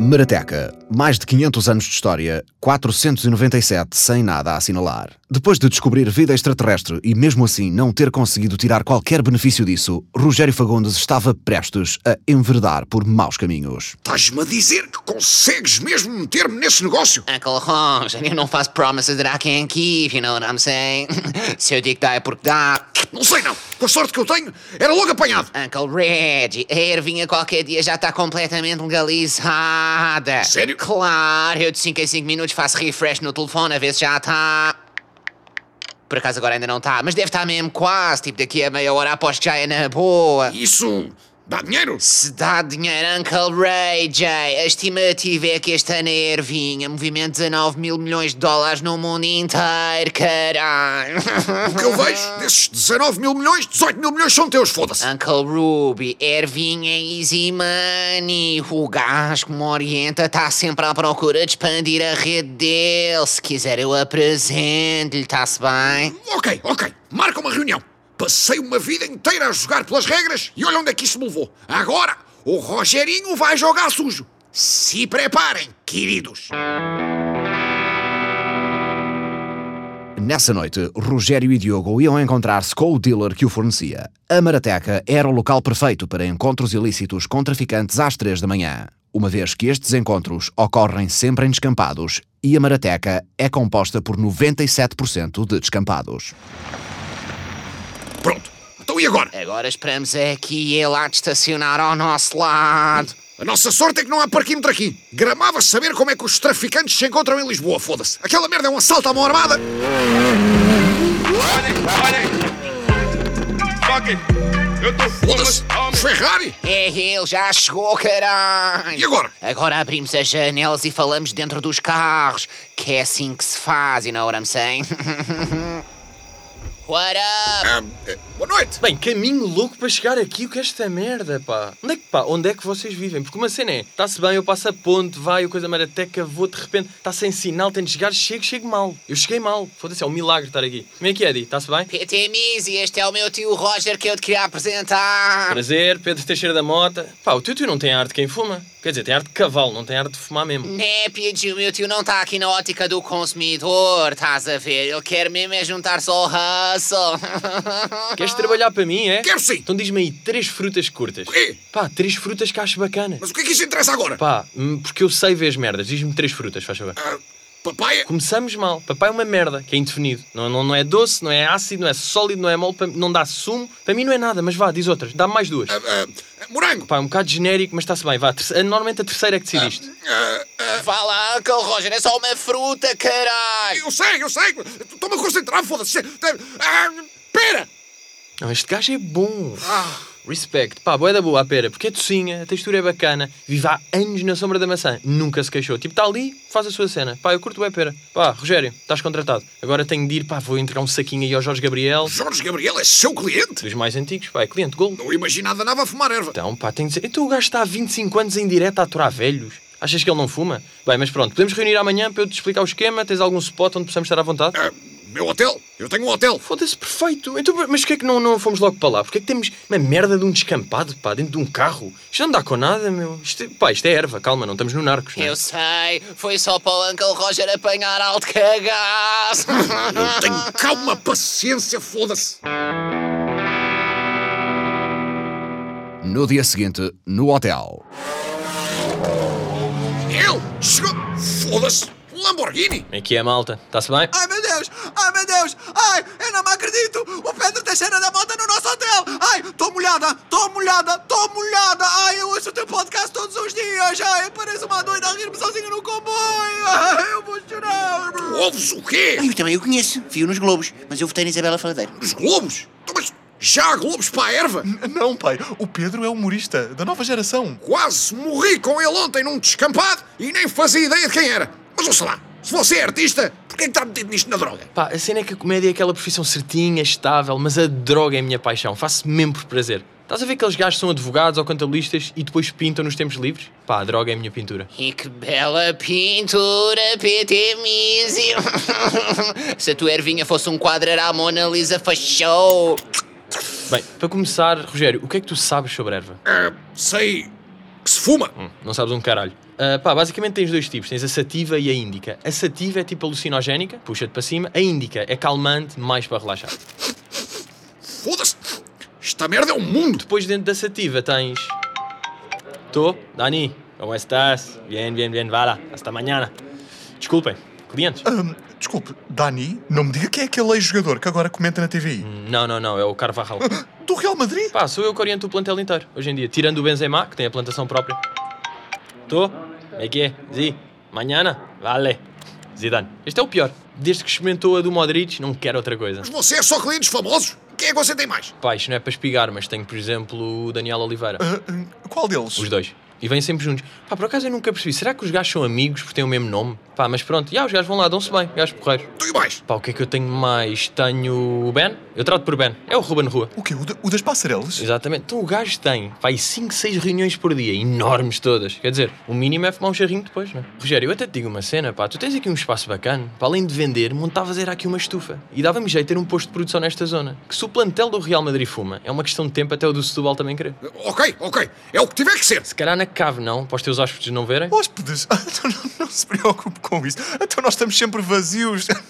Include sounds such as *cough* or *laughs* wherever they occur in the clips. Marateca, mais de 500 anos de história, 497 sem nada a assinalar. Depois de descobrir vida extraterrestre e mesmo assim não ter conseguido tirar qualquer benefício disso, Rogério Fagundes estava prestes a enverdar por maus caminhos. Estás-me a dizer que consegues mesmo meter-me nesse negócio? Uncle Ronge, eu não faço promises that I can't keep, you know what I'm saying? *laughs* Se eu digo que dá é porque dá. Não sei não. Com a sorte que eu tenho, era logo apanhado. Uncle Reggie, a ervinha qualquer dia já está completamente legalizada. Sério? Claro, eu de 5 em 5 minutos faço refresh no telefone a ver se já está. Por acaso agora ainda não está, mas deve estar mesmo quase. Tipo, daqui a meia hora aposto que já é na boa. Isso dá dinheiro? Se dá dinheiro, Uncle Ray J, a estimativa é que este ano a ervinha movimento 19 mil milhões de dólares no mundo inteiro, caralho. *laughs* O que eu vejo, desses 19 mil milhões, 18 mil milhões são teus, foda-se. Uncle Ruby, ervinha é easy money. O gajo que me orienta está sempre à procura de expandir a rede dele. Se quiser eu apresento-lhe, está-se bem? Ok, ok. Marca uma reunião. Passei uma vida inteira a jogar pelas regras e olha onde é que isso me levou. Agora, o Rogerinho vai jogar sujo. Se preparem, queridos. Nessa noite, Rogério e Diogo iam encontrar-se com o dealer que o fornecia. A Marateca era o local perfeito para encontros ilícitos com traficantes às três da manhã, uma vez que estes encontros ocorrem sempre em descampados e a Marateca é composta por 97% de descampados. Pronto. Então e agora? Agora esperamos é que ele há de estacionar ao nosso lado. A nossa sorte é que não há parquímetro aqui. Gramava saber como é que os traficantes se encontram em Lisboa, foda-se. Aquela merda é um assalto à mão armada. Foda-se. Ferrari. É, ele já chegou, E caralho. agora? Agora abrimos as janelas e falamos dentro dos carros, que é assim que se faz, e não what I'm saying? *laughs* What up? Ah, eh, boa noite. Bem, caminho louco para chegar aqui, o que é esta merda, pá? Onde é que, pá, onde é que vocês vivem? Porque uma cena é, está-se bem, eu passo a ponte, vai, o coisa marateca, vou de repente, está sem sinal, tenho de chegar, chego, chego mal. Eu cheguei mal, foda-se, é um milagre estar aqui. Como é que é, Di? Está-se bem? PT Mizzy, este é o meu tio Roger que eu te queria apresentar. Prazer, Pedro Teixeira da Mota. Pá, o teu tio não tem ar de quem fuma. Quer dizer, tem ar de cavalo, não tem ar de fumar mesmo. É, Népia, o meu tio não está aqui na ótica do consumidor, estás a ver? Ele quer mesmo é juntar-se ao *laughs* hustle. Queres trabalhar para mim, é? Quero sim. Então diz-me aí três frutas curtas. quê? Pá, três frutas que acho bacana. Mas o que é que isso interessa agora? Pá, hum, porque eu sei ver as merdas. Diz-me três frutas, faz favor. Ah, papaya? Começamos mal. Papai é uma merda, que é indefinido. Não, não, não é doce, não é ácido, não é sólido, não é mole, pa- não dá sumo. Para mim não é nada, mas vá, diz outras. Dá-me mais duas. Ah, ah, morango? Pá, é um bocado genérico, mas está-se bem. Vá, a terce- a- normalmente a terceira é que decidiste. Ah, ah, Fala, Uncle Roger, é só uma fruta, caralho! eu sei, eu sei. Estou-me a concentrar, foda-se. Ah, pera. Ah, Não, este gajo é bom. Respect. Pá, boa da boa a pera, porque é docinha, a textura é bacana, vive há anos na sombra da maçã, nunca se queixou. Tipo, está ali, faz a sua cena. Pá, eu curto bem a pera. Pá, Rogério, estás contratado. Agora tenho de ir, pá, vou entregar um saquinho aí ao Jorge Gabriel, Jorge Gabriel é seu cliente? dos mais antigos, pá, é cliente, gol. Não imaginava nada a fumar erva. Então, pá, tem de dizer. Então o gajo está há 25 anos em direto a aturar velhos. Achas que ele não fuma? Bem, mas pronto, podemos reunir amanhã para eu te explicar o esquema. Tens algum spot onde possamos estar à vontade? Ah, meu hotel? Eu tenho um hotel. Foda-se, perfeito. Então, mas porquê é que não, não fomos logo para lá? Porquê é que temos uma merda de um descampado, pá, dentro de um carro? Isto não dá com nada, meu. Isto, é- pá, isto é erva, calma, não estamos no Narcos, não é? Eu sei, foi só para o Uncle Roger apanhar alto cagaço. Eu tenho calma, paciência, foda-se. No dia seguinte, no hotel. Ele chegou. Foda-se. Um Lamborghini? Como é que é, malta? Está-se bem? Ah. Ai meu Deus! Ai meu Deus! Ai, eu não me acredito! O Pedro Teixeira da Mota no nosso hotel! Ai, tô molhada! Tô molhada! Tô molhada! Ai, eu ouço o teu podcast todos os dias! Ai, eu pareço uma doida a rir-me sozinha no comboio! Ai, eu vou chorar! Ovos o quê? Eu também o conheço, vi-o nos Globos, *laughs* mas eu votei na Isabela Faladeiro. Os globos? Então, mas já há globos para a erva? Não, pai, o Pedro é humorista da nova geração. Quase morri com ele ontem num descampado e nem fazia ideia de quem era. Mas ouça lá, se você é artista, porquê é que está metido nisto na droga? Pá, a cena é que a comédia é aquela profissão certinha, estável, mas a droga é a minha paixão. Faço mesmo por prazer. Estás a ver que aqueles gajos que são advogados ou contabilistas e depois pintam nos tempos livres? Pá, a droga é a minha pintura. E que bela pintura, PT Mizio. *laughs* Se a tua ervinha fosse um quadro, era a Mona Lisa fechou. Bem, para começar, Rogério, o que é que tu sabes sobre erva? Ah, sei que se fuma. Não sabes um caralho. Ah, pá, basicamente tens dois tipos, tens a sativa e a índica. A sativa é tipo alucinogénica, puxa-te para cima. A índica é calmante, mais para relaxar. Foda-se. Esta merda é um mundo. Depois dentro da sativa tens... Tô, Dani, como estás? Bien, bien, bien, vá lá, hasta mañana. Desculpem, clientes. Ahm, desculpe, Dani, não me diga quem é aquele ex-jogador que agora comenta na TVI. Não, não, não, é o Carvajal. Do Real Madrid? Pá, sou eu que oriento o plantel inteiro, hoje em dia. Tirando o Benzema, que tem a plantação própria. Tô? Como é que é? Zi? Manhana? Vale. Zidane. Este é o pior. Desde que experimentou a do Modric, não quero outra coisa. Mas você é só clientes famosos? Quem é que você tem mais? Pá, isto não é para espigar, mas tenho, por exemplo, o Daniel Oliveira. Ah, ah, qual deles? Os dois. E vêm sempre juntos. Pá, por acaso eu nunca percebi. Será que os gajos são amigos porque têm o mesmo nome? Pá, mas pronto. Já, os gajos vão lá, dão-se bem. Gajos porreiros. Tu e mais? Pá, o que é que eu tenho mais? Tenho o Ben. Eu trato por Ben. É o Ruben Rua. O quê? O, de- o das passarelas? Exatamente. Então o gajo tem, vai, 5, 6 reuniões por dia, enormes todas. Quer dizer, o mínimo é fumar um charrinho depois, não é? Rogério, eu até te digo uma cena, pá, tu tens aqui um espaço bacana, para além de vender, montavas era aqui uma estufa. E dava-me jeito ter um posto de produção nesta zona. Que se o plantel do Real Madrid fuma, é uma questão de tempo até o do Setúbal também querer. Ok, ok. É o que tiver que ser. Se calhar na cave não, para os teus hóspedes não verem. Hóspedes? *laughs* Ah, então não, não se preocupe com isso. Então nós estamos sempre vazios. *laughs*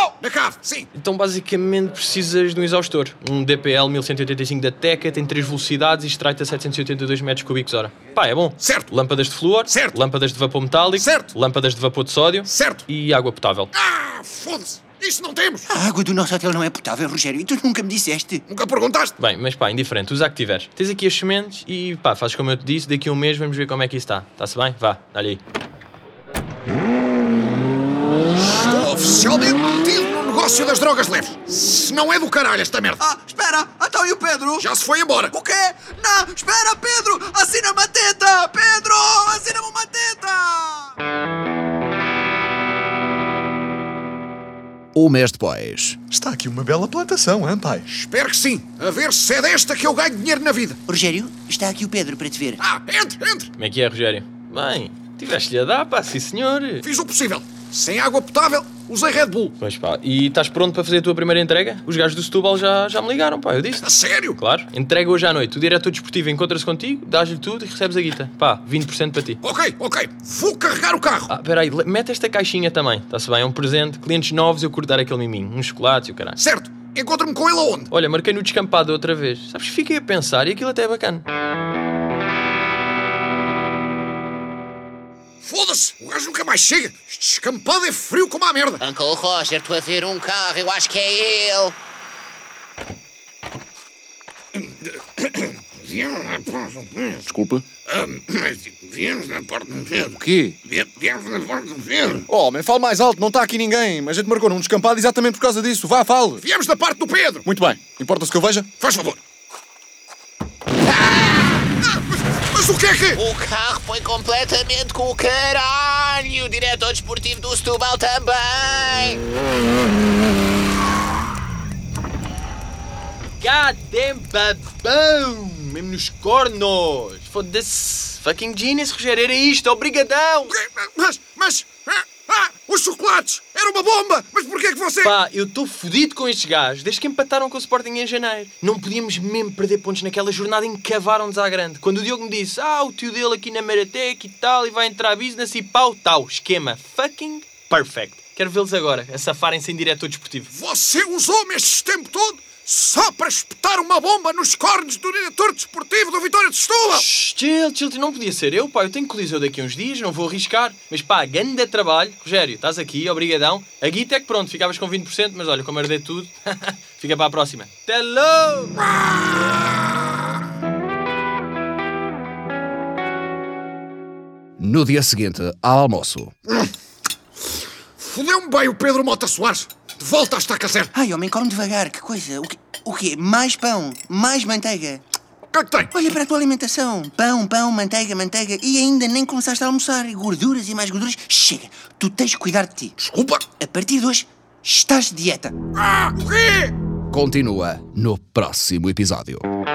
Oh, Na cave, sim. Então basicamente precisas de um exaustor. Um DPL 1185 da Teca, tem 3 velocidades e extrai-te a 782 metros cúbicos hora. Pá, é bom. Certo. Lâmpadas de flúor. Certo. Lâmpadas de vapor metálico. Certo. Lâmpadas de vapor de sódio. Certo. E água potável. Ah, foda-se. Isso não temos. A água do nosso hotel não é potável, Rogério, e tu nunca me disseste. Nunca perguntaste. Bem, mas pá, indiferente, usa a que tiveres. Tens aqui as sementes e pá, fazes como eu te disse, daqui a um mês vamos ver como é que isso está. Está-se bem? Vá, dá-lhe aí. Estou oficialmente metido no negócio das drogas leves. Se não é do caralho esta merda. Ah, espera, então e o Pedro? Já se foi embora. O quê? Não, espera, Pedro! Assina-me a teta! Pedro, assina-me uma teta! Um mês depois. Está aqui uma bela plantação, hein, pai? Espero que sim. A ver se é desta que eu ganho dinheiro na vida. Rogério, está aqui o Pedro para te ver. Ah, entre, entre. Como é que é, Rogério? Bem, tiveste-lhe a dar, pá, sim senhor. Fiz o possível. Sem água potável, usei Red Bull. Pois pá, e estás pronto para fazer a tua primeira entrega? Os gajos do Setúbal já, já me ligaram, pá, eu disse. A sério? Claro, entrega hoje à noite. O diretor desportivo encontra-se contigo, dás-lhe tudo e recebes a guita. Pá, 20% para ti. Ok, ok. Vou carregar o carro. Ah, peraí, le- mete esta caixinha também. Está-se bem, é um presente. Clientes novos, eu curto dar aquele miminho. Uns chocolates e o caralho. Certo. Encontro-me com ele aonde? Olha, marquei no descampado outra vez. Sabes, fiquei a pensar e aquilo até é bacana. Foda-se. O gajo nunca mais chega. Este descampado é frio como a merda. Uncle Roger, estou a ver um carro, eu acho que é ele. Viemos na porta do Pedro. Desculpa. Viemos na porta do Pedro. O quê? Viemos na porta do Pedro. Oh, homem, fale mais alto, não está aqui ninguém. Mas a gente marcou num descampado exatamente por causa disso. Vá, fale. Viemos da parte do Pedro. Muito bem. Importa-se que eu veja? Faz favor. Ah! Ah, mas- Mas o que é que... O carro foi completamente com o caralho. O diretor desportivo do Setúbal também. Goddamn babão! Mesmo nos cornos! Foda-se! Fucking genius, Rogério, era isto! Obrigadão! Quê? Mas, mas, ah, ah, os chocolates! Era uma bomba! Mas porquê que você... Pá, eu estou fodido com estes gajos desde que empataram com o Sporting em janeiro. Não podíamos mesmo perder pontos naquela jornada em que cavaram-nos à grande. Quando o Diogo me disse, ah, o tio dele aqui na Maratec e tal, e vai entrar a business e pau, tal. Esquema fucking perfect. Quero vê-los agora, a safarem-se em diretor desportivo. Você usou-me este tempo todo só para espetar uma bomba nos cornos do diretor desportivo do Vitória de Setúbal! Shhh, Chill, chill, chill. não podia ser eu, pá. Eu tenho coliseu daqui a uns dias, não vou arriscar. Mas pá, grande trabalho. Rogério, estás aqui, obrigadão. A guita é que pronto, ficavas com 20%, mas olha, como herdei tudo, *laughs* fica para a próxima. Até logo! No dia seguinte, ao almoço. Fudeu-me bem o Pedro Mota Soares! De volta à estaca zero! Ai, homem, come devagar, que coisa. O quê? O quê? Mais pão, mais manteiga. O que é que tem? Olha para a tua alimentação. Pão, pão, manteiga, manteiga. E ainda nem começaste a almoçar. E gorduras e mais gorduras. Chega, tu tens de cuidar de ti. Desculpa! A partir de hoje, estás de dieta. Ah, o quê? Continua no próximo episódio.